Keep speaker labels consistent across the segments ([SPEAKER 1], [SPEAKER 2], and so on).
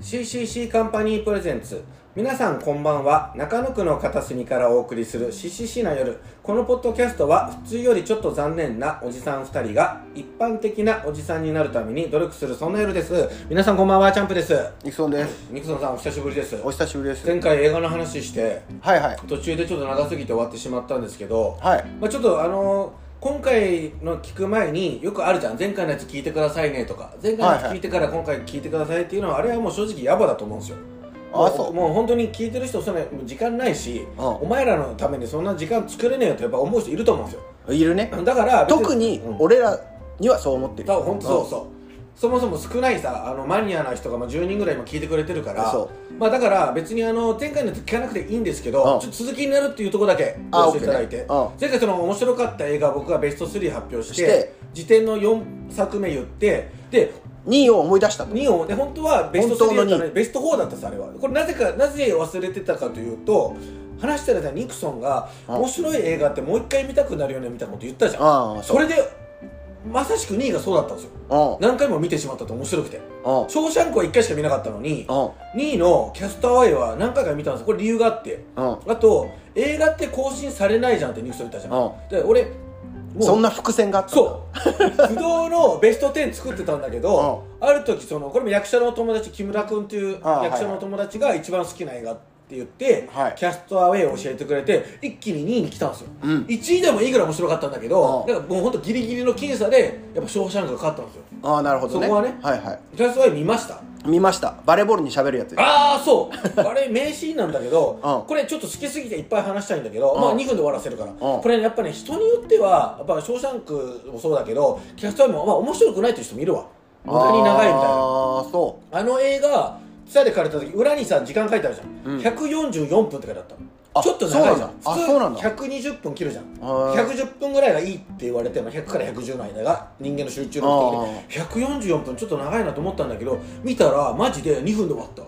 [SPEAKER 1] CCC カンパニープレゼンツ皆さんこんばんは中野区の片隅からお送りする CCC な夜このポッドキャストは普通よりちょっと残念なおじさん2人が一般的なおじさんになるために努力するそんな夜です皆さんこんばんはチャンプです
[SPEAKER 2] ニクソンです。
[SPEAKER 1] ニクソンさんお久しぶりです
[SPEAKER 2] お久しぶりです。
[SPEAKER 1] 前回映画の話して
[SPEAKER 2] はいはい。
[SPEAKER 1] 途中でちょっと長すぎて終わってしまったんですけど、
[SPEAKER 2] はい。
[SPEAKER 1] まあ、ちょっとあのー今回の聞く前によくあるじゃん前回のやつ聞いてくださいねとか前回のやつ聞いてから今回聞いてくださいっていうのはあれはもう正直野暮だと思うんですよ
[SPEAKER 2] あ
[SPEAKER 1] も
[SPEAKER 2] そう
[SPEAKER 1] もう本当に聞いてる人そんなもう時間ないし、
[SPEAKER 2] うん
[SPEAKER 1] お前らのためにそんな時間作れねえよってやっぱ思う人いると思うんですよ
[SPEAKER 2] いるね。
[SPEAKER 1] だから別
[SPEAKER 2] 特に
[SPEAKER 1] うん
[SPEAKER 2] 俺らにはそう思ってる。
[SPEAKER 1] そう本当そうそう、そもそも少ないさあのマニアな人がまあ10人ぐらい今聞いてくれてるから
[SPEAKER 2] そ
[SPEAKER 1] まあ、だから別にあの前回のやつ聞かなくていいんですけど、
[SPEAKER 2] うん
[SPEAKER 1] ちょっと続きになるっていうところだけ
[SPEAKER 2] あ
[SPEAKER 1] 教えていただいて、
[SPEAKER 2] オッケーね
[SPEAKER 1] 前回その面白かった映画僕がベスト3発表して
[SPEAKER 2] して
[SPEAKER 1] 時点の4作目言ってで
[SPEAKER 2] うん。2位を思い出したと。
[SPEAKER 1] 2をで本当はベスト3だ
[SPEAKER 2] 本
[SPEAKER 1] っ
[SPEAKER 2] 当
[SPEAKER 1] た
[SPEAKER 2] の
[SPEAKER 1] のにベスト4だったさあれはこれなぜかなぜ忘れてたかというと話したらさニクソンが
[SPEAKER 2] うん
[SPEAKER 1] 面白い映画ってもう一回見たくなるよねみたいなこと言ったじゃん
[SPEAKER 2] ああ、
[SPEAKER 1] それでまさしく2位がそうだったんですよ
[SPEAKER 2] うん。
[SPEAKER 1] 何回も見てしまったと面白くて「
[SPEAKER 2] うん
[SPEAKER 1] ショーシャンク」は1回しか見なかったのに
[SPEAKER 2] うん。
[SPEAKER 1] 2位の「キャストアワイ」は何回か見たんですよこれ理由があって
[SPEAKER 2] うん。
[SPEAKER 1] あと映画って更新されないじゃんってニュース言ったじゃん
[SPEAKER 2] う
[SPEAKER 1] で俺
[SPEAKER 2] ん。そんな伏線があったんだ。
[SPEAKER 1] そう不動のベスト10作ってたんだけど、ある時そのこれも役者のお友達木村君っていう
[SPEAKER 2] ああ
[SPEAKER 1] 役者のお友達が一番好きな映画って言って、
[SPEAKER 2] はい
[SPEAKER 1] キャストアウェイを教えてくれて一気に2位に来たんですよ、
[SPEAKER 2] うん
[SPEAKER 1] 1位でもいいぐらい面白かったんだけど、
[SPEAKER 2] うん
[SPEAKER 1] だからもう本当ギリギリの僅差でやっぱショーシャンクが勝ったんですよ
[SPEAKER 2] ああ、なるほどね。
[SPEAKER 1] そこはね
[SPEAKER 2] はいはい。
[SPEAKER 1] キャストアウェイ見ました
[SPEAKER 2] 見ました。バレーボールに喋るやつ。
[SPEAKER 1] ああそう あれ名シーンなんだけど、
[SPEAKER 2] うん
[SPEAKER 1] これちょっと好きすぎていっぱい話したいんだけど、まあ
[SPEAKER 2] うん
[SPEAKER 1] 2分で終わらせるから、これねやっぱね人によってはやっぱ「ショーシャンク」もそうだけどキャストアイも、まあ、面白くないっていう人もいるわ無駄に長いみたいな
[SPEAKER 2] ああ、そ
[SPEAKER 1] あの映画ツアで借りた時裏にさ時間書いてあるじゃん、
[SPEAKER 2] うん
[SPEAKER 1] 144分って書いてあったの
[SPEAKER 2] あ
[SPEAKER 1] ちょっと長いじゃん
[SPEAKER 2] そうなんだあそうなんだ
[SPEAKER 1] 普通120分切るじゃん
[SPEAKER 2] あー
[SPEAKER 1] 110分ぐらいがいいって言われても100から110の間が人間の集中力的で144分ちょっと長いなと思ったんだけど見たらマジで2分で終わった
[SPEAKER 2] う。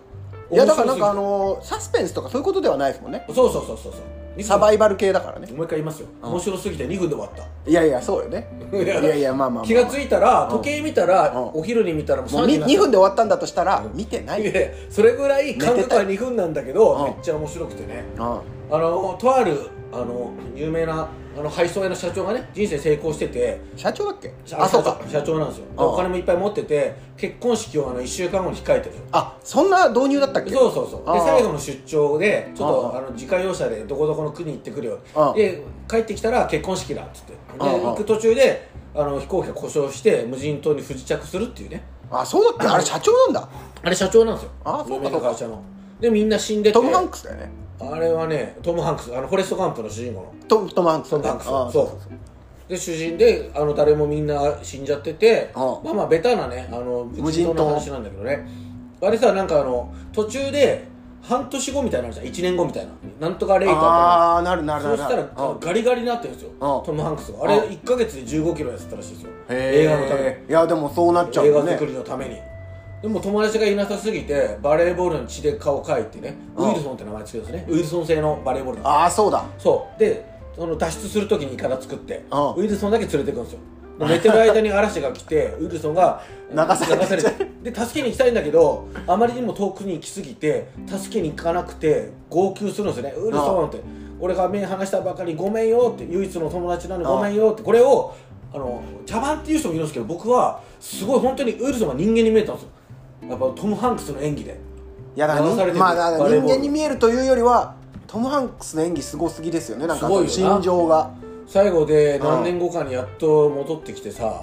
[SPEAKER 2] いや、だからなんかあ
[SPEAKER 1] 面白すぎて
[SPEAKER 2] のー、サスペンスとかそういうことではないですもんね。
[SPEAKER 1] そうそうそうそうそう
[SPEAKER 2] サバイバル系だからね。
[SPEAKER 1] もう一回言いますよ
[SPEAKER 2] うん
[SPEAKER 1] 面白すぎて2分で終わった
[SPEAKER 2] いやいや、そうよね。
[SPEAKER 1] い
[SPEAKER 2] い
[SPEAKER 1] や
[SPEAKER 2] やいや、まあまあま あ。
[SPEAKER 1] 気がついたら
[SPEAKER 2] ん
[SPEAKER 1] 時計見たら
[SPEAKER 2] うん
[SPEAKER 1] お昼に見たらもう
[SPEAKER 2] もう
[SPEAKER 1] 3時
[SPEAKER 2] に
[SPEAKER 1] になっ
[SPEAKER 2] 2
[SPEAKER 1] て
[SPEAKER 2] 分で終わったんだとしたら、見てない。
[SPEAKER 1] いやそれぐらい感覚は2
[SPEAKER 2] 寝
[SPEAKER 1] 分なんだけど
[SPEAKER 2] うん
[SPEAKER 1] めっちゃ面白くてね
[SPEAKER 2] うん。
[SPEAKER 1] あのとあるあの有名なあの配送屋の社長がね人生成功してて
[SPEAKER 2] 社長だっけ
[SPEAKER 1] 社
[SPEAKER 2] あ、そうか。
[SPEAKER 1] 社長なんですよで
[SPEAKER 2] うん
[SPEAKER 1] お金もいっぱい持ってて結婚式をあの1週間後に控えてる
[SPEAKER 2] あ、そんな導入だったっけ
[SPEAKER 1] そうそうそう
[SPEAKER 2] あ
[SPEAKER 1] で
[SPEAKER 2] あ
[SPEAKER 1] 最後の出張でちょっと
[SPEAKER 2] あ
[SPEAKER 1] あの自家用車でどこどこの国行ってくるよ
[SPEAKER 2] ああ
[SPEAKER 1] で帰ってきたら結婚式だっつってで
[SPEAKER 2] ああ
[SPEAKER 1] 行く途中であの飛行機が故障して無人島に不時着するっていうね
[SPEAKER 2] あそうだっけあれ社長なんだ
[SPEAKER 1] あれ社長なんですよ
[SPEAKER 2] ああそうか
[SPEAKER 1] 有名な会社のでみんな死んでて
[SPEAKER 2] トム・ハンクスだよね
[SPEAKER 1] あれはねトム・ハンクスあのフォレスト・ガンプの主人公の
[SPEAKER 2] トトム・ハンクス
[SPEAKER 1] ト
[SPEAKER 2] だ
[SPEAKER 1] ム・
[SPEAKER 2] ね
[SPEAKER 1] ハンクス
[SPEAKER 2] あ
[SPEAKER 1] そ
[SPEAKER 2] あ
[SPEAKER 1] うで主人であの誰もみんな死んじゃってて
[SPEAKER 2] うん
[SPEAKER 1] まあまあベタなねあの無
[SPEAKER 2] 無
[SPEAKER 1] 人島
[SPEAKER 2] 人島
[SPEAKER 1] の話なんだけどねあれさなんかあの途中で半年後みたいなのあるじゃん1年後みたいななんとかレイターとか
[SPEAKER 2] ああなるなるな
[SPEAKER 1] そう
[SPEAKER 2] る
[SPEAKER 1] し
[SPEAKER 2] な
[SPEAKER 1] た
[SPEAKER 2] る
[SPEAKER 1] らガリガリになってるんですよトム・ハンクスがあれ
[SPEAKER 2] うん
[SPEAKER 1] 1か月で1 5キロ痩せたらしいですよ
[SPEAKER 2] うんへ
[SPEAKER 1] 映画のために
[SPEAKER 2] えいやでもそうなっちゃう
[SPEAKER 1] 映
[SPEAKER 2] よ
[SPEAKER 1] 画
[SPEAKER 2] ね
[SPEAKER 1] 作りのためにでも友達がいなさすぎてバレーボールの血で顔描いてね
[SPEAKER 2] う
[SPEAKER 1] ウ
[SPEAKER 2] ん
[SPEAKER 1] イルソンって名前つけるんですねウイルソン製のバレーボールなんです
[SPEAKER 2] ああそうだ
[SPEAKER 1] そうでその脱出するときにイカダ作って
[SPEAKER 2] うん
[SPEAKER 1] ウィルソンだけ連れてくんですよで寝てる間に嵐が来 てウィルソンが
[SPEAKER 2] 流されて
[SPEAKER 1] てで助けに行きたいんだけどあまりにも遠くに行きすぎて助けに行かなくて号泣するんですよねウィルソンって俺が目離したばかりごめんよって唯一の友達なのに
[SPEAKER 2] うん
[SPEAKER 1] ごめんよってこれをあの茶番っていう人もいるんですけど僕はすごい本当にウィルソンが人間に見えたんですよやっぱトム・ハンクスの演技で
[SPEAKER 2] いやだから
[SPEAKER 1] 流されてる
[SPEAKER 2] まあだか
[SPEAKER 1] バ
[SPEAKER 2] ら
[SPEAKER 1] レー
[SPEAKER 2] 人
[SPEAKER 1] ボール
[SPEAKER 2] 間に見えるというよりはトム・ハンクスの演技すごすぎですよねなんか
[SPEAKER 1] すごいよな
[SPEAKER 2] 心情が
[SPEAKER 1] 最後で何年後かにやっと戻ってきてさ、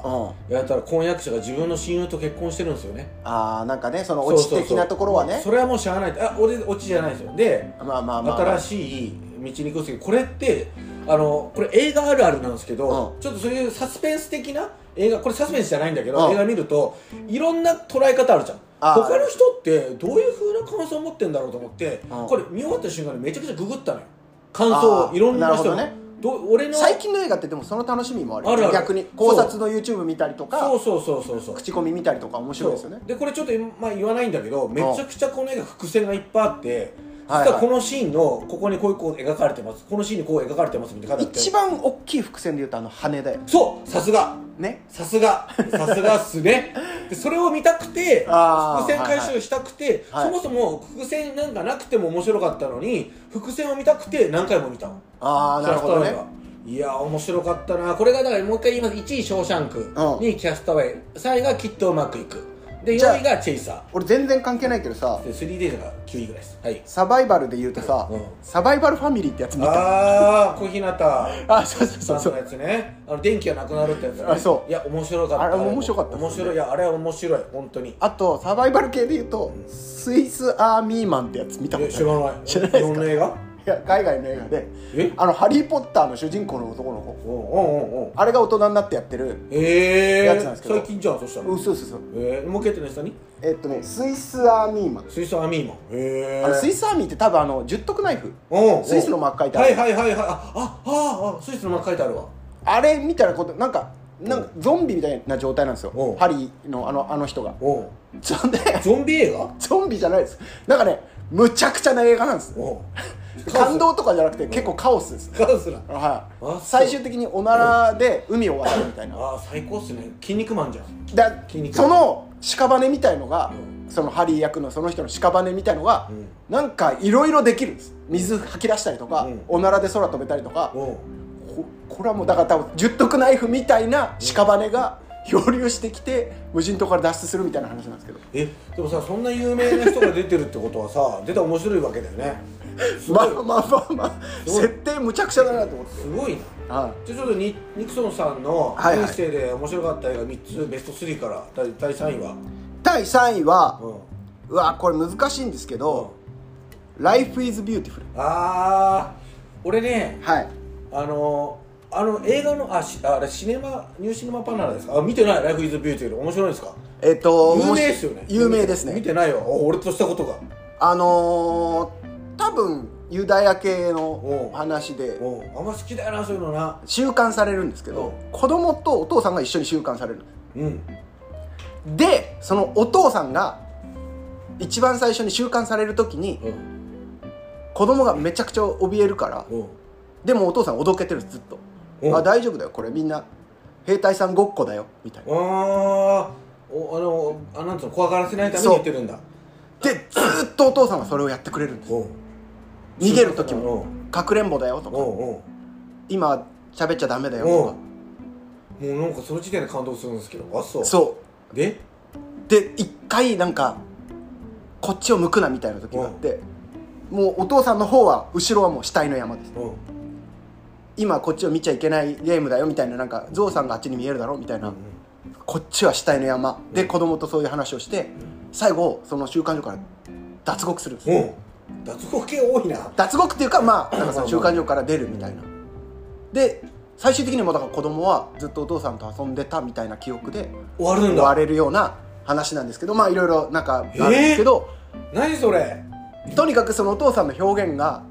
[SPEAKER 2] う
[SPEAKER 1] やったら婚約者が自分の親友と結婚してるんですよね
[SPEAKER 2] ああなんかねそのオチ的なところはね
[SPEAKER 1] そうそうそうそれはもうしゃあないあ俺オチじゃないですよで
[SPEAKER 2] まあまあまあま
[SPEAKER 1] 新
[SPEAKER 2] あ
[SPEAKER 1] しい道に行くんですけどこれってあのこれ映画あるあるなんですけど、
[SPEAKER 2] う
[SPEAKER 1] ちょっとそういうサスペンス的な映画これサスペンスじゃないんだけど、
[SPEAKER 2] うん
[SPEAKER 1] 映画見るといろんな捉え方あるじゃん
[SPEAKER 2] あー
[SPEAKER 1] 他の人ってどういう風な感想を持ってんだろうと思って、
[SPEAKER 2] うん
[SPEAKER 1] これ見終わった瞬間にめちゃくちゃググったのよ感想をいろんな人の
[SPEAKER 2] あーなるほ
[SPEAKER 1] ど俺の
[SPEAKER 2] 最近の映画ってでもその楽しみもあるよ
[SPEAKER 1] あるある
[SPEAKER 2] 逆に考察の YouTube 見たりと
[SPEAKER 1] そ
[SPEAKER 2] か
[SPEAKER 1] うそうそうそうそう
[SPEAKER 2] 口コミ見たりとか面白いですよね
[SPEAKER 1] そうでこれちょっと今、まあ、言わないんだけどめちゃくちゃこの映画伏線がいっぱいあって実
[SPEAKER 2] はいはい
[SPEAKER 1] はこのシーンのここにこういうこう描かれてますこのシーンにこう描かれてますみたいな書いてあって
[SPEAKER 2] 一番大きい伏線で言うとあの羽だよ
[SPEAKER 1] そうさすが
[SPEAKER 2] ね
[SPEAKER 1] さすがさすがっすねでそれを見たくて
[SPEAKER 2] あー
[SPEAKER 1] 伏線回収したくて、
[SPEAKER 2] はいはい
[SPEAKER 1] そもそも伏線なんかなくても面白かったのに伏線を見たくて何回も見たの
[SPEAKER 2] ああなるほど
[SPEAKER 1] キャス
[SPEAKER 2] ね
[SPEAKER 1] トアウェイがいやー面白かったなこれがだからもう一回言います1位「ショーシャンク」
[SPEAKER 2] うん
[SPEAKER 1] 2位「キャストアウェイ」3位が「きっとうまくいく」で4
[SPEAKER 2] じゃあ
[SPEAKER 1] 位が「チェイサ
[SPEAKER 2] 俺全然関係ないけどさ
[SPEAKER 1] ー」で 3D が9位ぐらいですはい
[SPEAKER 2] サバイバルで言うとさ、
[SPEAKER 1] うん
[SPEAKER 2] サバイバルファミリーってやつ見た
[SPEAKER 1] ああ小日向さ
[SPEAKER 2] あそうそうんそうそ
[SPEAKER 1] の
[SPEAKER 2] う
[SPEAKER 1] やつねあの電気がなくなるってやつ、ね、
[SPEAKER 2] あそう
[SPEAKER 1] や面白かった
[SPEAKER 2] あれ面白かったっすね
[SPEAKER 1] 面白いいやあれは面白い本当に
[SPEAKER 2] あとサバイバル系で言うと、スイスアーミーマンってやつ見たこ
[SPEAKER 1] え
[SPEAKER 2] と
[SPEAKER 1] 知ら
[SPEAKER 2] ない
[SPEAKER 1] ない
[SPEAKER 2] 知らないっすか
[SPEAKER 1] 日本の映画
[SPEAKER 2] いや海外の映画で
[SPEAKER 1] え
[SPEAKER 2] あの「ハリー・ポッター」の主人公の男の子
[SPEAKER 1] おうんうんうんうん
[SPEAKER 2] あれが大人になってやってる
[SPEAKER 1] え
[SPEAKER 2] やつ
[SPEAKER 1] ー
[SPEAKER 2] なんですけど
[SPEAKER 1] 最近じゃんそしたら
[SPEAKER 2] うんそうそうそう
[SPEAKER 1] えー、もう一回言ってね下に
[SPEAKER 2] えっとねスイスアーミーマン
[SPEAKER 1] スイスアミーマンへえ
[SPEAKER 2] あのスイスアーミーって多分あの十徳ナイフ
[SPEAKER 1] うん
[SPEAKER 2] スイスのマーク書いてあ
[SPEAKER 1] は
[SPEAKER 2] る
[SPEAKER 1] いはいはいはいああああスイスのマーク書いてあるわ
[SPEAKER 2] あれみたいなことなんかなんかゾンビみたいな状態なんですよ
[SPEAKER 1] おう
[SPEAKER 2] ハリーのあのあの人が
[SPEAKER 1] おう
[SPEAKER 2] そんで
[SPEAKER 1] ゾンビ映画
[SPEAKER 2] ゾンビじゃないですなんかねむちゃくちゃな映画なんです
[SPEAKER 1] おう
[SPEAKER 2] 感動とかじゃなくて結構カオスです
[SPEAKER 1] カオスだ
[SPEAKER 2] はい
[SPEAKER 1] あ
[SPEAKER 2] 最終的におならで海を渡るみたいな
[SPEAKER 1] ああ最高っすね筋肉マンじゃん
[SPEAKER 2] だ
[SPEAKER 1] 筋肉
[SPEAKER 2] その屍みたいのが、
[SPEAKER 1] う
[SPEAKER 2] そのハリー役のその人の屍みたいのが、
[SPEAKER 1] うん
[SPEAKER 2] なんかいろいろできるんです水吐き出したりとか、
[SPEAKER 1] うん
[SPEAKER 2] おならで空飛べたりとか、
[SPEAKER 1] おう
[SPEAKER 2] ここれはもうだから多分十徳ナイフみたいな屍が漂流してきて無人島から脱出するみたいな話なんですけど
[SPEAKER 1] えでもさそんな有名な人が出てるってことは さ出たら面白いわけだよねす
[SPEAKER 2] ま
[SPEAKER 1] ご
[SPEAKER 2] あ
[SPEAKER 1] い
[SPEAKER 2] まあまあまあ
[SPEAKER 1] すごい
[SPEAKER 2] 設定むちゃくちゃだなと思って、
[SPEAKER 1] すごいな
[SPEAKER 2] は
[SPEAKER 1] じゃあちょっとニニクソンさんの
[SPEAKER 2] はいはい
[SPEAKER 1] 人生で面白かった映画3つベスト3から第第3位は、
[SPEAKER 2] い、第3位は
[SPEAKER 1] う、ん、
[SPEAKER 2] うわこれ難しいんですけど「Life is Beautiful
[SPEAKER 1] ああ俺ね」
[SPEAKER 2] はい
[SPEAKER 1] あのあの映画のあしあれシネマニューシネマパナラですかあ見てない「ライフイズビューティー面白いんですか
[SPEAKER 2] えっ、と
[SPEAKER 1] 有名ですよね
[SPEAKER 2] 有名ですね
[SPEAKER 1] 見てないわお俺としたことが
[SPEAKER 2] あのー、多分ユダヤ系
[SPEAKER 1] お
[SPEAKER 2] の
[SPEAKER 1] う
[SPEAKER 2] 話で
[SPEAKER 1] もうあんま好きだよなそういうのな
[SPEAKER 2] 収監されるんですけ
[SPEAKER 1] おう
[SPEAKER 2] ど子供とお父さんが一緒に収監される
[SPEAKER 1] うん
[SPEAKER 2] でそのお父さんが一番最初に収監される時に
[SPEAKER 1] うん
[SPEAKER 2] 子供がめちゃくちゃ怯えるから
[SPEAKER 1] うん
[SPEAKER 2] でもお父さんおどけてるずっと
[SPEAKER 1] お
[SPEAKER 2] 「あ大丈夫だよこれみんな兵隊さんごっこだよ」みたいな
[SPEAKER 1] あーおあのあなんつうの怖がらせないために言ってるんだ
[SPEAKER 2] でずーっとお父さんはそれをやってくれるんです
[SPEAKER 1] おう
[SPEAKER 2] 逃げる時も
[SPEAKER 1] おう
[SPEAKER 2] 「かくれんぼだよ」と
[SPEAKER 1] お
[SPEAKER 2] か
[SPEAKER 1] うおう
[SPEAKER 2] 「今喋っちゃダメだ
[SPEAKER 1] お
[SPEAKER 2] よ」と
[SPEAKER 1] う
[SPEAKER 2] か
[SPEAKER 1] もうなんかその時点で感動するんですけどあそう
[SPEAKER 2] そう
[SPEAKER 1] で
[SPEAKER 2] で一回なんかこっちを向くなみたいな時があって、もうお父さんの方は後ろはもう死体の山です
[SPEAKER 1] うん
[SPEAKER 2] 今こっちを見ちゃいけないゲームだよみたいななんかゾウさんがあっちに見えるだろみたいな、
[SPEAKER 1] うん
[SPEAKER 2] こっちは死体の山で子供とそういう話をして最後その収監所から脱獄するんです
[SPEAKER 1] おう脱獄系多いな
[SPEAKER 2] 脱獄っていうかまあなんかそ
[SPEAKER 1] うん
[SPEAKER 2] の収監所から出るみたいなで最終的にもだから子供はずっとお父さんと遊んでたみたいな記憶で
[SPEAKER 1] 終わるん
[SPEAKER 2] 終
[SPEAKER 1] だ
[SPEAKER 2] われるような話なんですけどまあいろいろなんかあるんですけど、
[SPEAKER 1] 何それ
[SPEAKER 2] とにかくそのお父さんの表現が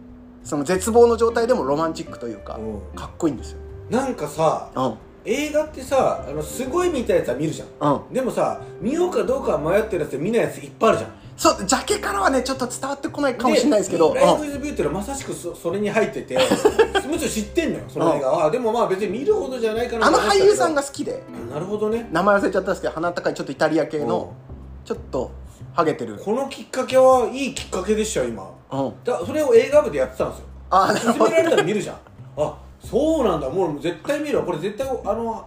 [SPEAKER 2] その絶望の状態でもロマンチックというか、
[SPEAKER 1] うん
[SPEAKER 2] かっこいいんですよ
[SPEAKER 1] なんかさ
[SPEAKER 2] うん
[SPEAKER 1] 映画ってさあのすごい見たやつは見るじゃん
[SPEAKER 2] うん
[SPEAKER 1] でもさ見ようかどうか迷ってるやつで見ないやついっぱいあるじゃん
[SPEAKER 2] そうジャケからはねちょっと伝わってこないかもしれないですけ
[SPEAKER 1] 「
[SPEAKER 2] ど、
[SPEAKER 1] ライ
[SPEAKER 2] う
[SPEAKER 1] フ・
[SPEAKER 2] ん
[SPEAKER 1] イズ・ビュー」っていうのはまさしくそそれに入って てもちろん知ってんのよその映画はでもまあ別に見るほどじゃないかな
[SPEAKER 2] あ
[SPEAKER 1] と
[SPEAKER 2] の
[SPEAKER 1] 思ってたけ
[SPEAKER 2] 俳
[SPEAKER 1] ど
[SPEAKER 2] 優さんが好きで
[SPEAKER 1] なるほどね
[SPEAKER 2] 名前忘れちゃったんですけど鼻高いちょっとイタリア系のちょっとハゲてる、
[SPEAKER 1] このきっかけはいいきっかけでしたよ今
[SPEAKER 2] うん、
[SPEAKER 1] だそれを映画部でやってたんですよ
[SPEAKER 2] あなる
[SPEAKER 1] 勧
[SPEAKER 2] ほ
[SPEAKER 1] め
[SPEAKER 2] ど
[SPEAKER 1] られたら見るじゃんあそうなんだもう絶対見るわこれ絶対あの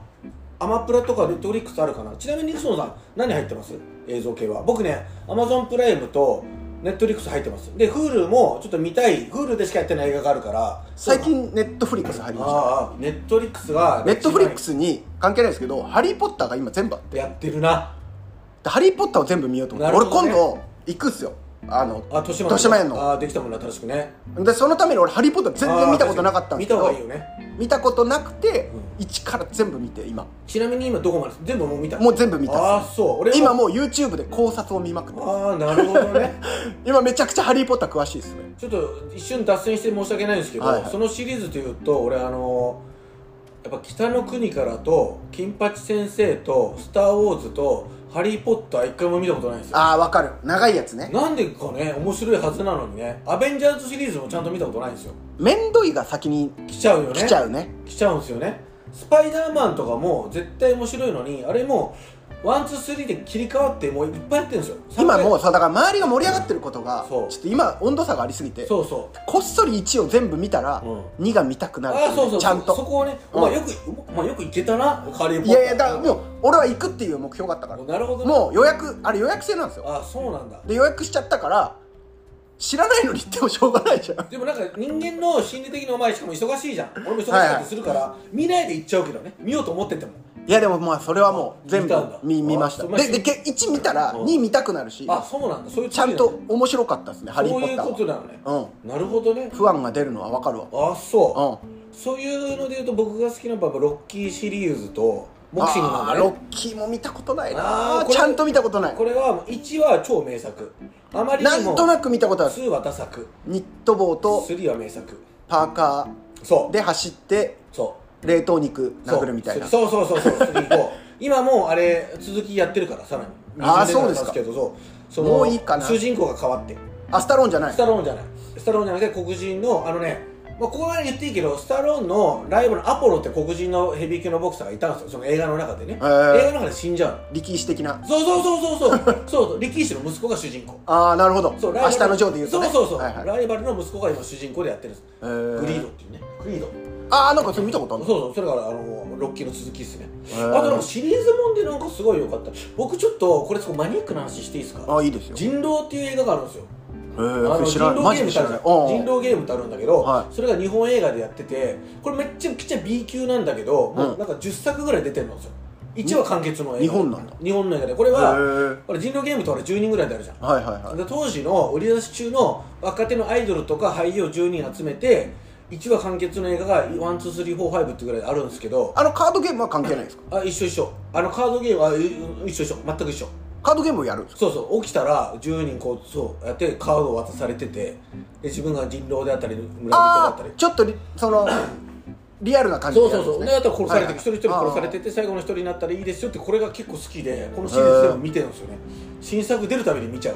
[SPEAKER 1] アマプラとかネットフリックスあるかなちなみにニクソンさん何入ってます映像系は僕ねアマゾンプライムとネットフリックス入ってますで Hulu もちょっと見たい Hulu でしかやってない映画があるから
[SPEAKER 2] 最近ネットフリックス入りまし
[SPEAKER 1] ああネットフリックスが
[SPEAKER 2] たネットフリック
[SPEAKER 1] ス
[SPEAKER 2] スに関係ないですけど「ハリー・ポッター」が今全部あって
[SPEAKER 1] やってるな
[SPEAKER 2] 「ハリー・ポッター」を全部見ようと思って、
[SPEAKER 1] なる
[SPEAKER 2] 俺
[SPEAKER 1] ほどね
[SPEAKER 2] 今度行くっすよあの
[SPEAKER 1] あ豊島
[SPEAKER 2] 豊島園の
[SPEAKER 1] ああできたもんね新しくね
[SPEAKER 2] でそのために俺「ハリー・ポッター」全然見たことなかったんですけど
[SPEAKER 1] ああ確かに見た方がいいよね
[SPEAKER 2] 見たことなくて、
[SPEAKER 1] う
[SPEAKER 2] 一から全部見て今
[SPEAKER 1] ちなみに今どこまで全部もう見た
[SPEAKER 2] もう全部見たっす
[SPEAKER 1] ああそう俺
[SPEAKER 2] 今もう YouTube で考察を見まくってます
[SPEAKER 1] ああなるほど ね
[SPEAKER 2] 今めちゃくちゃ「ハリー・ポッター」詳しいですね
[SPEAKER 1] ちょっと一瞬脱線して申し訳ないんですけど、
[SPEAKER 2] はいはい
[SPEAKER 1] そのシリーズというと俺あのやっぱ「北の国から」と「金八先生」と「スター・ウォーズ」と「ハリー・ポッター」一回も見たことないんですよ
[SPEAKER 2] ああわかる長いやつね
[SPEAKER 1] なんでかね面白いはずなのにねアベンジャーズシリーズもちゃんと見たことないんですよ
[SPEAKER 2] めんどいが先に
[SPEAKER 1] 来ちゃうよね
[SPEAKER 2] 来ちゃうね
[SPEAKER 1] 来ちゃうんですよねスパイダーマンとかも絶対面白いのにあれもワンツースリーで切り替わってもういっぱいやってるんですよ
[SPEAKER 2] 今も
[SPEAKER 1] う
[SPEAKER 2] うそうだから周りが盛り上がってることがち
[SPEAKER 1] そ
[SPEAKER 2] ょ
[SPEAKER 1] う
[SPEAKER 2] っと今温度差がありすぎて
[SPEAKER 1] そうそう
[SPEAKER 2] こっそり1を全部見たら
[SPEAKER 1] う
[SPEAKER 2] 2が見たくなる
[SPEAKER 1] ああそうそう
[SPEAKER 2] ちゃん
[SPEAKER 1] そそ
[SPEAKER 2] と
[SPEAKER 1] こをね、
[SPEAKER 2] うん
[SPEAKER 1] まあよくまあよくいけたなカレーポッター
[SPEAKER 2] いやいやだからもう俺は行くっていう目標があったから
[SPEAKER 1] なるほどね
[SPEAKER 2] もう予約あれ予約制なんですよ
[SPEAKER 1] ああそうなんだ
[SPEAKER 2] で予約しちゃったから知らないのに行ってもしょうがないじゃん
[SPEAKER 1] でもなんか人間の心理的なお前しかも忙しいじゃん俺も忙しかったりするから、見ないで行っちゃうけどね見ようと思ってても
[SPEAKER 2] いやでもまあそれはもう全部
[SPEAKER 1] 見たんだ
[SPEAKER 2] 見見ました
[SPEAKER 1] あそう
[SPEAKER 2] ででけ1見たら
[SPEAKER 1] うん
[SPEAKER 2] 2見たくなるし
[SPEAKER 1] あそうなんだそういう
[SPEAKER 2] ちゃんと面白かったですね「ハ
[SPEAKER 1] 作
[SPEAKER 2] リ
[SPEAKER 1] りなん
[SPEAKER 2] ー・ポ
[SPEAKER 1] だそうい
[SPEAKER 2] ッ
[SPEAKER 1] うこと
[SPEAKER 2] ターは
[SPEAKER 1] なのね」
[SPEAKER 2] うん
[SPEAKER 1] なるほどね
[SPEAKER 2] 不安が出るのは分かるわ
[SPEAKER 1] あそう、
[SPEAKER 2] うん
[SPEAKER 1] そういうので言うと僕が好きなパパロッキーシリーズとボクシングなん
[SPEAKER 2] あー
[SPEAKER 1] だ
[SPEAKER 2] ロッ
[SPEAKER 1] ね
[SPEAKER 2] キーも見たことない
[SPEAKER 1] あ
[SPEAKER 2] な
[SPEAKER 1] ーこれ
[SPEAKER 2] ちゃんと見たことない
[SPEAKER 1] これはもう1は超名作あまり
[SPEAKER 2] な
[SPEAKER 1] に
[SPEAKER 2] ん
[SPEAKER 1] も
[SPEAKER 2] となく見たことある
[SPEAKER 1] 2は多作
[SPEAKER 2] ニット帽と
[SPEAKER 1] 3は名作
[SPEAKER 2] パーカ
[SPEAKER 1] そ
[SPEAKER 2] ー
[SPEAKER 1] う
[SPEAKER 2] で走って
[SPEAKER 1] そう
[SPEAKER 2] 冷凍肉殴るみたいな
[SPEAKER 1] そうそうそうそう次行こう 今もうあれ続きやってるからさらに
[SPEAKER 2] あー
[SPEAKER 1] 20年
[SPEAKER 2] そうです
[SPEAKER 1] 経
[SPEAKER 2] か
[SPEAKER 1] つけどそうその
[SPEAKER 2] もういいかな
[SPEAKER 1] 主人公が変わって
[SPEAKER 2] あスタローンじゃない
[SPEAKER 1] スタローンじゃないスタローンじゃなくて黒人のあのねまあ、ここまで言っていいけどスタローンのライブのアポロって黒人のヘビー級のボクサーがいたんですよその映画の中でね、
[SPEAKER 2] へー
[SPEAKER 1] 映画の中で死んじゃうの
[SPEAKER 2] 力士的な
[SPEAKER 1] そうそうそうそうそうそうそう力士の息子が主人公
[SPEAKER 2] ああなるほど
[SPEAKER 1] そ
[SPEAKER 2] 明
[SPEAKER 1] うライバル
[SPEAKER 2] 日のジョーで言うとね
[SPEAKER 1] そうそうそう、
[SPEAKER 2] はいはい
[SPEAKER 1] ライバルの息子が今主人公でやってるんです、
[SPEAKER 2] えー
[SPEAKER 1] グリードっていうねグリード
[SPEAKER 2] ああなんかそれ見たことあ
[SPEAKER 1] そう
[SPEAKER 2] る
[SPEAKER 1] そうそれからあのロッキーの続きですね
[SPEAKER 2] へ
[SPEAKER 1] あとなん
[SPEAKER 2] ー
[SPEAKER 1] かシリーズもんでなんかすごい良かった僕ちょっとこれすごいマニアックな話していいですか
[SPEAKER 2] あいいですよへ
[SPEAKER 1] 人狼っていう映画があるんですよ
[SPEAKER 2] え
[SPEAKER 1] あ
[SPEAKER 2] そ
[SPEAKER 1] の
[SPEAKER 2] れ知
[SPEAKER 1] 人
[SPEAKER 2] らない
[SPEAKER 1] 狼
[SPEAKER 2] マ
[SPEAKER 1] ゲ
[SPEAKER 2] ジ
[SPEAKER 1] ーム
[SPEAKER 2] で
[SPEAKER 1] っ
[SPEAKER 2] 知
[SPEAKER 1] てあ
[SPEAKER 2] ら
[SPEAKER 1] るんですよ
[SPEAKER 2] ないうん
[SPEAKER 1] 人狼ゲームってあるんだけど、
[SPEAKER 2] はい
[SPEAKER 1] それが日本映画でやっててこれめっちゃくちゃ B 級なんだけど、も
[SPEAKER 2] う
[SPEAKER 1] うんなんか10作ぐらい出てるんですよ1話完結の映画
[SPEAKER 2] 日本なんだ
[SPEAKER 1] 日本の映画でこれ
[SPEAKER 2] へ
[SPEAKER 1] は、
[SPEAKER 2] ー
[SPEAKER 1] ほら人狼ゲームってほら10人ぐらいであるじゃん
[SPEAKER 2] はいはいはい
[SPEAKER 1] で当時の売り出し中の若手のアイドルとか俳優を10人集めて1話完結の映画が12345ってぐらいあるんですけど
[SPEAKER 2] あのカードゲームは関係ないですか
[SPEAKER 1] あ一緒一緒あのカードゲームはう一緒一緒全く一緒
[SPEAKER 2] カードゲームをやるんですか
[SPEAKER 1] そうそう起きたら10人こうそうやってカードを渡されててで自分が人狼であったり村人であ
[SPEAKER 2] あ
[SPEAKER 1] ったり
[SPEAKER 2] あちょっとリ そのリアルな感じ
[SPEAKER 1] そ
[SPEAKER 2] で
[SPEAKER 1] う
[SPEAKER 2] や
[SPEAKER 1] そ
[SPEAKER 2] る
[SPEAKER 1] うんそう
[SPEAKER 2] です
[SPEAKER 1] で
[SPEAKER 2] ね
[SPEAKER 1] あとは殺されて
[SPEAKER 2] はい
[SPEAKER 1] 一人一人殺されてて最後の一人になったらいいですよってこれが結構好きでこのシリーズでも見てるんですよね新作出るたびに見ちゃ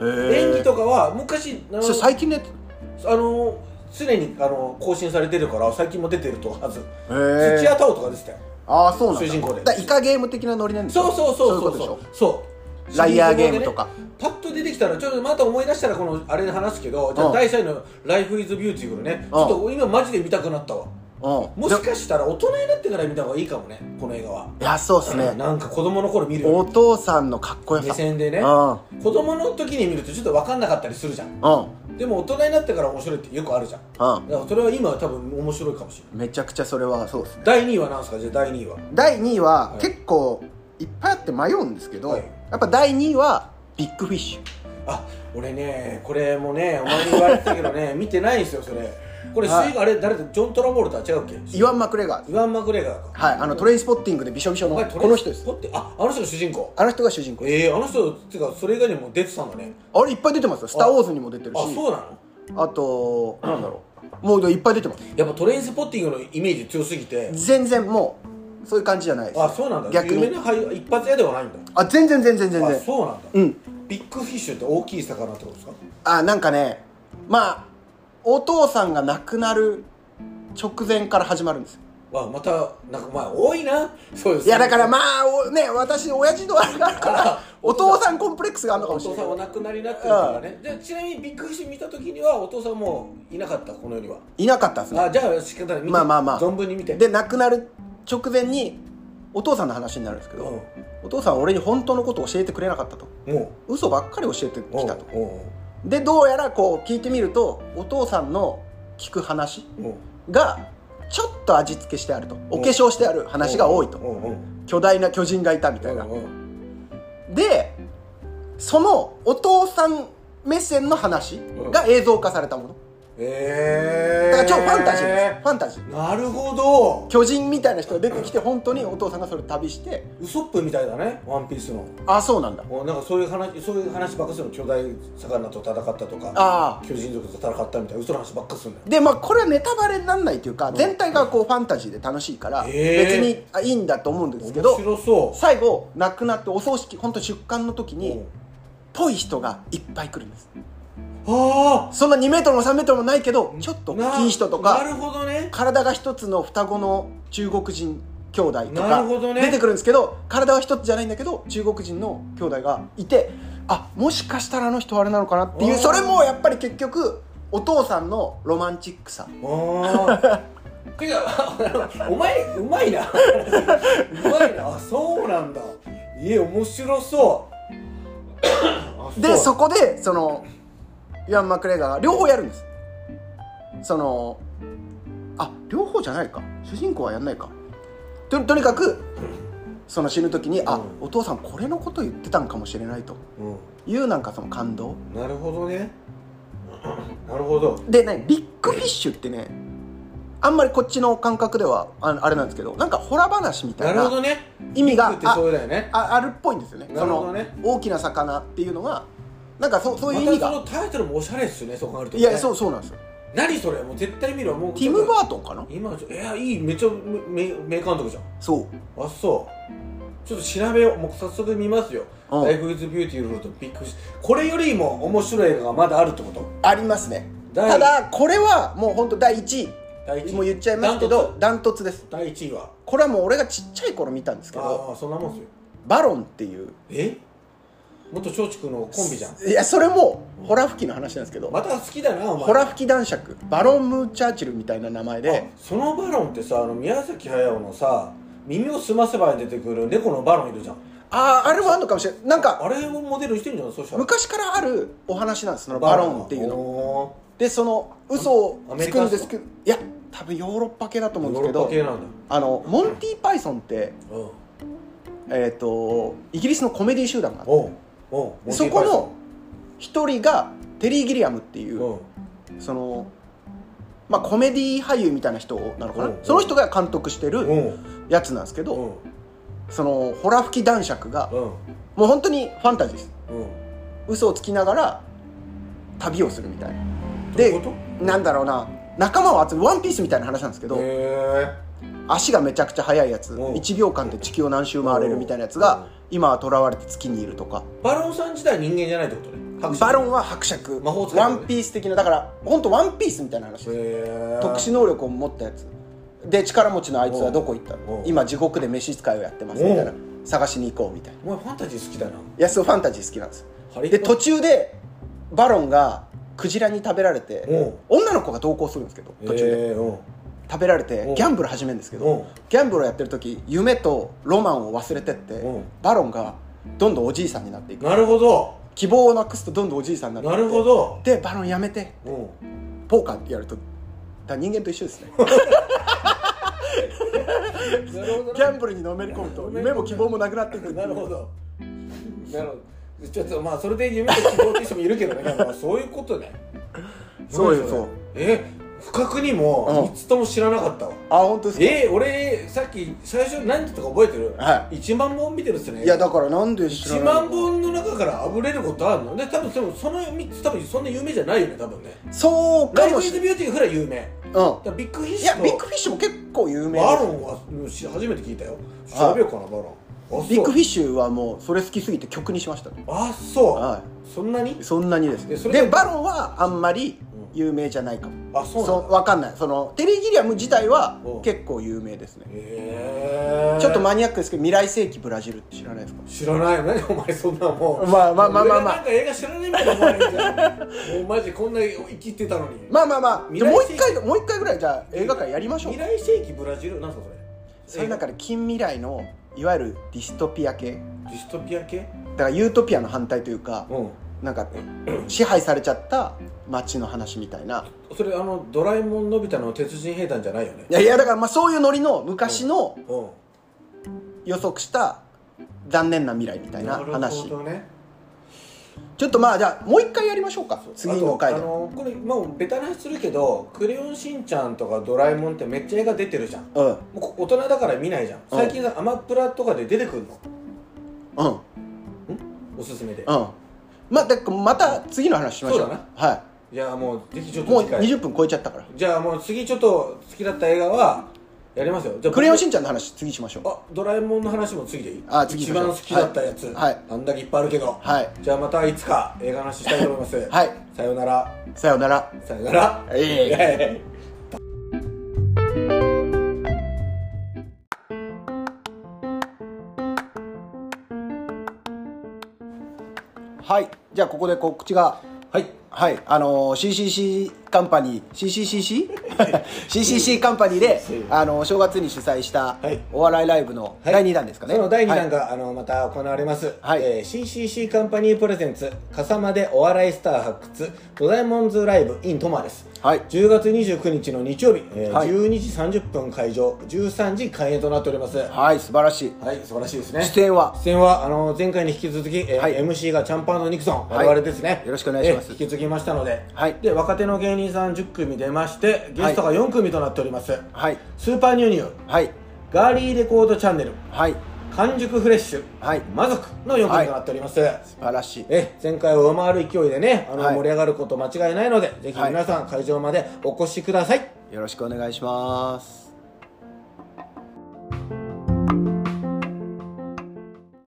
[SPEAKER 1] うわ
[SPEAKER 2] へ
[SPEAKER 1] 演
[SPEAKER 2] ー
[SPEAKER 1] 技とかは昔あの
[SPEAKER 2] それ最近のやつへ
[SPEAKER 1] あの常にあの更新されてるから最近も出てるとはず
[SPEAKER 2] え
[SPEAKER 1] 土屋太鳳とかでしたよ
[SPEAKER 2] ああそうなんだ
[SPEAKER 1] 主人公で
[SPEAKER 2] だからイカゲーム的なノリなんです
[SPEAKER 1] そうそうそうそう
[SPEAKER 2] そういう
[SPEAKER 1] そ
[SPEAKER 2] こ
[SPEAKER 1] うそう
[SPEAKER 2] とでしょライアーゲームとか
[SPEAKER 1] パッと出てきたらちょっとまた思い出したらこのあれで話すけどじゃ
[SPEAKER 2] うん
[SPEAKER 1] あ第3位の「Life is Beautiful ね」ちょっと今マジで見たくなったわ
[SPEAKER 2] うん
[SPEAKER 1] も
[SPEAKER 2] で
[SPEAKER 1] しかしたら大人になってから見た方がいいかもねこの映画はい
[SPEAKER 2] やそうっすね
[SPEAKER 1] なんか子供の頃見るよ
[SPEAKER 2] お父さんのかっこよ
[SPEAKER 1] 目
[SPEAKER 2] さ
[SPEAKER 1] 線でね
[SPEAKER 2] うん
[SPEAKER 1] 子供の時に見るとちょっと分かんなかったりするじゃん
[SPEAKER 2] うん
[SPEAKER 1] でも大人になってから面白いってよくあるじゃん
[SPEAKER 2] う
[SPEAKER 1] だからそれは今は多分面白いかもしれない
[SPEAKER 2] んめちゃくちゃそれはそうですね
[SPEAKER 1] 第2位は何すかじゃあ第2位は
[SPEAKER 2] 第2位は
[SPEAKER 1] はい
[SPEAKER 2] 結構いっぱいあって迷うんですけど、
[SPEAKER 1] はい
[SPEAKER 2] やっぱ第2位はビッグフィッシュ
[SPEAKER 1] あ俺ねこれもねお前に言われてたけど ね見てないんですよそれこれ主
[SPEAKER 2] はい
[SPEAKER 1] 演あれ誰だジョン・トラボルタ違うっけ
[SPEAKER 2] イワン・マクレガーです
[SPEAKER 1] イワン・マクレガーか
[SPEAKER 2] はいあのトレインスポッティングでびしょびしょの
[SPEAKER 1] お前トレ
[SPEAKER 2] この人です
[SPEAKER 1] ポッてああの人が主人公
[SPEAKER 2] あの人が主人公です
[SPEAKER 1] ええあの人っていうかそれ以外にも出てたんだね
[SPEAKER 2] あれいっぱい出てますよ「スター・ウォーズ」にも出てるし
[SPEAKER 1] あそうなの
[SPEAKER 2] あ となんだろうもういっぱい出てます
[SPEAKER 1] やっぱトレインスポッティングのイメージ強すぎて
[SPEAKER 2] 全然もうそういう感じじゃないです
[SPEAKER 1] あそうなんだ
[SPEAKER 2] 逆
[SPEAKER 1] 有名
[SPEAKER 2] に
[SPEAKER 1] な俳優一発屋ではないんだ
[SPEAKER 2] あ全然全然全
[SPEAKER 1] あ
[SPEAKER 2] 然
[SPEAKER 1] そうなんだ
[SPEAKER 2] うん
[SPEAKER 1] ビッグフィッシュって大きい魚ってことですか
[SPEAKER 2] あなんかねまあお父さんが亡くなる直前から始まるんですよ
[SPEAKER 1] わまたなんかまあ多いなそうです
[SPEAKER 2] いや だからまあおね私親父のあれがあるから
[SPEAKER 1] あ
[SPEAKER 2] お父さんコンプレックスがあるのか
[SPEAKER 1] お
[SPEAKER 2] もし
[SPEAKER 1] 父
[SPEAKER 2] れ
[SPEAKER 1] さ
[SPEAKER 2] ない
[SPEAKER 1] んお亡くなりになってるからねじゃあちなみにビッグフィッシュ見た時にはお父さんもういなかったこの世にはい
[SPEAKER 2] なかったですね
[SPEAKER 1] あじゃあ仕方ない見て
[SPEAKER 2] まあまあまあ
[SPEAKER 1] 存分に見て
[SPEAKER 2] で亡くなる直前にお父さんの話になるんですけ
[SPEAKER 1] うん
[SPEAKER 2] ど、お父さんは俺に本当のことを教えてくれなかったと
[SPEAKER 1] も
[SPEAKER 2] 嘘ばっかり教えて
[SPEAKER 1] う
[SPEAKER 2] きたと
[SPEAKER 1] おうおう
[SPEAKER 2] でどうやらこう聞いてみるとお父さんの聞く話
[SPEAKER 1] おう
[SPEAKER 2] がちょっと味付けしてあるとお化粧してある話が多い
[SPEAKER 1] お
[SPEAKER 2] と
[SPEAKER 1] うおう
[SPEAKER 2] 巨大な巨人がいたみたいな
[SPEAKER 1] おうおう
[SPEAKER 2] でそのお父さん目線の話が映像化されたもの
[SPEAKER 1] え
[SPEAKER 2] だ
[SPEAKER 1] え
[SPEAKER 2] から超ファンタジーですファンタジー
[SPEAKER 1] なるほど
[SPEAKER 2] 巨人みたいな人が出てきて本当にお父さんがそれ旅して
[SPEAKER 1] ウソップみたいだねワンピースの
[SPEAKER 2] あそうなんだ
[SPEAKER 1] おなんかそういう話そういう話ばっかするの巨大魚と戦ったとか
[SPEAKER 2] あ
[SPEAKER 1] 巨人族と戦ったみたいな嘘の話ばっかするんだよ
[SPEAKER 2] あでまあこれはネタバレにならないというか全体がこうファンタジーで楽しいから
[SPEAKER 1] へ
[SPEAKER 2] 別
[SPEAKER 1] え
[SPEAKER 2] にあいいんだと思うんですけ
[SPEAKER 1] 面
[SPEAKER 2] ど
[SPEAKER 1] 白そう
[SPEAKER 2] 最後亡くなってお葬式本当出棺の時
[SPEAKER 1] う
[SPEAKER 2] に
[SPEAKER 1] ん
[SPEAKER 2] ぽい人がいっぱい来るんです
[SPEAKER 1] あ
[SPEAKER 2] そんな2メートルも3メートルもないけど
[SPEAKER 1] あ
[SPEAKER 2] ちょっと大きい人とか
[SPEAKER 1] ななるほどね
[SPEAKER 2] 体が一つの双子の中国人兄弟と
[SPEAKER 1] な
[SPEAKER 2] か
[SPEAKER 1] るほどね
[SPEAKER 2] 出てくるんですけど体は一つじゃないんだけど中国人の兄弟がいてあもしかしたらあの人あれなのかなってい
[SPEAKER 1] あ
[SPEAKER 2] う
[SPEAKER 1] ー
[SPEAKER 2] それもやっぱり結局お父さんのロマンチックさ
[SPEAKER 1] ああてか お前うまいなうまいなあそうなんだいえ面白そう
[SPEAKER 2] で
[SPEAKER 1] う
[SPEAKER 2] そこでそのイワン・マクレガーが両方やるんですそのあ両方じゃないか主人公はやんないかととにかくその死ぬ時に、あ
[SPEAKER 1] う
[SPEAKER 2] お父さんこれのこと言ってたんかもしれないと
[SPEAKER 1] う
[SPEAKER 2] いうなんかその感動
[SPEAKER 1] ん、なるほど ねなるほど
[SPEAKER 2] でねビッグフィッシュってねあんまりこっちの感覚ではああれなんですけどなんかホラ話みた
[SPEAKER 1] ないるほ
[SPEAKER 2] な
[SPEAKER 1] どね
[SPEAKER 2] 意味が
[SPEAKER 1] ビッグって
[SPEAKER 2] あ
[SPEAKER 1] そうだよね
[SPEAKER 2] ああるっぽいんですよね
[SPEAKER 1] なるほどね
[SPEAKER 2] その大きな魚っていうのがなんかそうそういう意
[SPEAKER 1] ま
[SPEAKER 2] 味
[SPEAKER 1] たそ
[SPEAKER 2] が
[SPEAKER 1] のタイトルもおしゃれっすねそう考えると、
[SPEAKER 2] いやそううそうなんですよ
[SPEAKER 1] 何それもう絶対見るわもう
[SPEAKER 2] ティム・バートンかな
[SPEAKER 1] 今のちょいやいいめっちゃ名名監督じゃん
[SPEAKER 2] そう
[SPEAKER 1] あそうちょっと調べようもう早速見ますよ「
[SPEAKER 2] うん
[SPEAKER 1] Life is Beautiful」とビッグしこれよりも面白い映画がまだあるってこと
[SPEAKER 2] ありますね
[SPEAKER 1] 第
[SPEAKER 2] ただこれはもう本当第1
[SPEAKER 1] 第
[SPEAKER 2] 位
[SPEAKER 1] 一
[SPEAKER 2] もう言っちゃいますけどダントツです
[SPEAKER 1] 第1位は
[SPEAKER 2] これはもう俺がちっちゃい頃見たんですけど
[SPEAKER 1] ああそんなもんっすよ
[SPEAKER 2] バロンっていう
[SPEAKER 1] え元松竹のコンビじゃん
[SPEAKER 2] いやそれもホラ吹きの話なんですけど
[SPEAKER 1] また好きだなお前
[SPEAKER 2] ホラ吹き男爵バロン・ムーチャーチルみたいな名前で
[SPEAKER 1] あそのバロンってさあの宮崎駿のさ耳をすませばに出てくる猫のバロンいるじゃん
[SPEAKER 2] あああれもあるのかもしれないなんか
[SPEAKER 1] あれをモデルにしてんじゃんそしたら
[SPEAKER 2] 昔からあるお話なんですそのバロンっていうの
[SPEAKER 1] の
[SPEAKER 2] でその嘘を
[SPEAKER 1] アメ
[SPEAKER 2] つ
[SPEAKER 1] リ
[SPEAKER 2] く
[SPEAKER 1] カ
[SPEAKER 2] んですけどいや多分ヨーロッパ系だと思うん
[SPEAKER 1] ヨ
[SPEAKER 2] で
[SPEAKER 1] ー
[SPEAKER 2] す
[SPEAKER 1] ロッ
[SPEAKER 2] け
[SPEAKER 1] パ系
[SPEAKER 2] ど
[SPEAKER 1] なんだ
[SPEAKER 2] あのモンティ・パイソンって
[SPEAKER 1] うん
[SPEAKER 2] えっ、とイギリスのコメディ集団があって
[SPEAKER 1] おうおう
[SPEAKER 2] そこの一人がテリー・ギリアムっていう
[SPEAKER 1] の
[SPEAKER 2] そのまあコメディ俳優みたいな人なのか
[SPEAKER 1] う
[SPEAKER 2] なんその人が監督して
[SPEAKER 1] うんう
[SPEAKER 2] る
[SPEAKER 1] ん
[SPEAKER 2] やつなんですけ
[SPEAKER 1] うん
[SPEAKER 2] どそのホラ吹き男爵が
[SPEAKER 1] うん
[SPEAKER 2] もう本当にファンタジーです
[SPEAKER 1] うん
[SPEAKER 2] 嘘をつきながら旅をするみたいな
[SPEAKER 1] どうい
[SPEAKER 2] で
[SPEAKER 1] うこ
[SPEAKER 2] なんだろうな仲間を集めワンピースみたいな話なんですけ
[SPEAKER 1] と
[SPEAKER 2] ど、
[SPEAKER 1] へ
[SPEAKER 2] 足がめちゃくちゃ速いやつ
[SPEAKER 1] うん
[SPEAKER 2] 1秒間で地球を何周回れるみたいなやつ
[SPEAKER 1] うん
[SPEAKER 2] が今は囚われて月にいるとか
[SPEAKER 1] ーバロンさん自体人間じゃないってことね白
[SPEAKER 2] バロ
[SPEAKER 1] ン
[SPEAKER 2] ンは伯爵
[SPEAKER 1] 魔法使いだ
[SPEAKER 2] ワ
[SPEAKER 1] よね
[SPEAKER 2] ンピース的なだから本当ワンピースみたいな話です
[SPEAKER 1] へー
[SPEAKER 2] 特殊能力を持ったやつで力持ちのあいつはどこ行った
[SPEAKER 1] うん
[SPEAKER 2] の今地獄で召使いをやってますみたいな
[SPEAKER 1] う
[SPEAKER 2] 探しに行こうみたいな
[SPEAKER 1] お前ファンタジー好きだな
[SPEAKER 2] 安尾ファンタジー好きなんです
[SPEAKER 1] ハリー
[SPEAKER 2] で途中でバロンがクジラに食べられて
[SPEAKER 1] うん
[SPEAKER 2] 女の子が同行するんですけど途中で
[SPEAKER 1] へーうん
[SPEAKER 2] 食べられ
[SPEAKER 1] う
[SPEAKER 2] て
[SPEAKER 1] ん
[SPEAKER 2] ギャンブル始めるんですけ
[SPEAKER 1] うん
[SPEAKER 2] どギャンブルをやってる時夢とロマンを忘れてって
[SPEAKER 1] うん
[SPEAKER 2] バロンがどんどんおじいさんになっていく
[SPEAKER 1] なるほど
[SPEAKER 2] 希望をなくすとどんどんおじいさんになってい
[SPEAKER 1] な
[SPEAKER 2] って
[SPEAKER 1] るほど
[SPEAKER 2] でバロンやめて
[SPEAKER 1] うん
[SPEAKER 2] ポーカーってやるとだから人間と一 緒ですね
[SPEAKER 1] なるほど
[SPEAKER 2] ギャンブルにのめり込むと夢も希望もなくなっていく
[SPEAKER 1] なるほどなるほどちょっとまあそれで夢と希望っていう人もいるけどね なんかそういうことね
[SPEAKER 2] そうよ
[SPEAKER 1] 何
[SPEAKER 2] そう
[SPEAKER 1] え不覚にも
[SPEAKER 2] うん
[SPEAKER 1] 3つとも知らなかったわ、
[SPEAKER 2] あ本当ですか
[SPEAKER 1] え俺さっき最初何て言ったか覚えてる、
[SPEAKER 2] は
[SPEAKER 1] 1万本見てるっすね
[SPEAKER 2] いやだからなんで知ら
[SPEAKER 1] 1
[SPEAKER 2] ないの
[SPEAKER 1] 万本の中からあぶれることあるので多分でもその3つ多分そんな有名じゃないよね多分ね
[SPEAKER 2] そう
[SPEAKER 1] ラ
[SPEAKER 2] か
[SPEAKER 1] イ
[SPEAKER 2] も
[SPEAKER 1] フイ
[SPEAKER 2] し
[SPEAKER 1] ズ
[SPEAKER 2] れ
[SPEAKER 1] ビューティーぐらい有名だか
[SPEAKER 2] うん
[SPEAKER 1] らビッグヒッ
[SPEAKER 2] い
[SPEAKER 1] シ
[SPEAKER 2] や
[SPEAKER 1] ュと
[SPEAKER 2] ビッグフィッシュも結構有名
[SPEAKER 1] バ
[SPEAKER 2] です
[SPEAKER 1] ロンはうんし初めて聞いたよ調べようかなバロンあ
[SPEAKER 2] ビッグフ
[SPEAKER 1] ィ
[SPEAKER 2] ィッシュはもうそれ好きすぎて曲にしましたね
[SPEAKER 1] あそう、
[SPEAKER 2] は
[SPEAKER 1] そんなに
[SPEAKER 2] いそんなにです
[SPEAKER 1] えそれ
[SPEAKER 2] でバロンはあんまり有名じゃないかも、
[SPEAKER 1] あそうなんだ
[SPEAKER 2] わかんないそのテレギリアム自体は
[SPEAKER 1] うん
[SPEAKER 2] 結構有名ですね
[SPEAKER 1] へー
[SPEAKER 2] ちょっとマニアックですけど未来世紀ブラジルって知らないですか
[SPEAKER 1] 知らないよねお 前そんなもう
[SPEAKER 2] まあまあまあまあま
[SPEAKER 1] 俺が
[SPEAKER 2] あ
[SPEAKER 1] なんか映画知らないみたいな思われるじゃんもうマジこんな生きてたのに、
[SPEAKER 2] まあまあまあ
[SPEAKER 1] 未
[SPEAKER 2] じ
[SPEAKER 1] 来
[SPEAKER 2] ゃあもう
[SPEAKER 1] 世
[SPEAKER 2] 一
[SPEAKER 1] 紀
[SPEAKER 2] 回もう一回ぐらいじゃあ映画館やりましょう
[SPEAKER 1] 未来世紀ブラジルなんすかそ
[SPEAKER 2] そ
[SPEAKER 1] れ
[SPEAKER 2] れなんかね近未来のいわゆるディストピア系
[SPEAKER 1] ディストピア系
[SPEAKER 2] だからユートピアの反対というか
[SPEAKER 1] うん
[SPEAKER 2] なんか支配されちゃった街の話みたいな
[SPEAKER 1] それあのドラえもんのび太の鉄人兵団じゃないよね
[SPEAKER 2] いやいやだからまあそういうノリの昔の
[SPEAKER 1] うん
[SPEAKER 2] 予測した残念な未来みたいな話
[SPEAKER 1] るほどね
[SPEAKER 2] ちょっとまあじゃあもう一回やりましょうか次の回
[SPEAKER 1] あ
[SPEAKER 2] で
[SPEAKER 1] とあのこれもうベタな話するけど「クレヨンしんちゃん」とか「ドラえもん」ってめっちゃ映画出てるじゃんも
[SPEAKER 2] うん
[SPEAKER 1] うこ大人だから見ないじゃん最近さアマプラとかで出てくるの
[SPEAKER 2] うん
[SPEAKER 1] おすすめで
[SPEAKER 2] うんまあでまた次の話しましょう
[SPEAKER 1] そうだな
[SPEAKER 2] はい
[SPEAKER 1] やもうぜひちょっ
[SPEAKER 2] いも
[SPEAKER 1] と
[SPEAKER 2] う
[SPEAKER 1] 次回
[SPEAKER 2] 20分超えちゃったから
[SPEAKER 1] じゃあもう次ちょっと好きだった映画はやりますよじゃあ
[SPEAKER 2] クレヨンしんちゃんの話次しましょう
[SPEAKER 1] あドラえもんの話も次でいい
[SPEAKER 2] あ次
[SPEAKER 1] 一
[SPEAKER 2] 行きましょ
[SPEAKER 1] 番
[SPEAKER 2] う
[SPEAKER 1] 好きだったやつ、
[SPEAKER 2] はいはい
[SPEAKER 1] あんだけいっぱいあるけど、
[SPEAKER 2] はい
[SPEAKER 1] じゃあまたいつか映画の話したいと思います
[SPEAKER 2] はい
[SPEAKER 1] さよなら
[SPEAKER 2] さようなら
[SPEAKER 1] さよなら
[SPEAKER 2] いえいえ
[SPEAKER 1] イエーイ
[SPEAKER 2] はいじゃあここで告知が
[SPEAKER 1] はい
[SPEAKER 2] はいあのー CCC カンパニー CCCC?CCC カンパニーで、あのー正月に主催した
[SPEAKER 1] はい
[SPEAKER 2] お笑いライブの第2弾ですかね、
[SPEAKER 1] その第2
[SPEAKER 2] は
[SPEAKER 1] 弾
[SPEAKER 2] い
[SPEAKER 1] が、あのまた行われます、
[SPEAKER 2] はい
[SPEAKER 1] えー CCC カンパニープレゼンツ笠間でお笑いスター発掘ドラえもんズライブ in トマです
[SPEAKER 2] はい
[SPEAKER 1] 10月29日の日曜日、えー
[SPEAKER 2] はい
[SPEAKER 1] 12時30分会場13時開演となっておりますは
[SPEAKER 2] はい素晴らしい
[SPEAKER 1] い、素晴らしいですね
[SPEAKER 2] 出演は
[SPEAKER 1] 出演はあの前回に引き続き、えー
[SPEAKER 2] はい
[SPEAKER 1] MC がチャンパンのニクソン、
[SPEAKER 2] はい
[SPEAKER 1] 我々ですね
[SPEAKER 2] よろしくお願いします
[SPEAKER 1] えー引き継ぎましたので,、
[SPEAKER 2] はい
[SPEAKER 1] で若手の芸人さん10組出ましてゲストが4組となっております、
[SPEAKER 2] はい
[SPEAKER 1] スーパーニューニュー
[SPEAKER 2] はい
[SPEAKER 1] ガーリーレコードチャンネル
[SPEAKER 2] はい
[SPEAKER 1] 完熟フレッシュ
[SPEAKER 2] はい
[SPEAKER 1] 魔族の4組となっております、
[SPEAKER 2] 素晴らしい
[SPEAKER 1] え前回を上回る勢いでねあの
[SPEAKER 2] はい
[SPEAKER 1] 盛り上がること間違いないので、ぜひ皆さん会場までお越しください
[SPEAKER 2] よろしくお願いします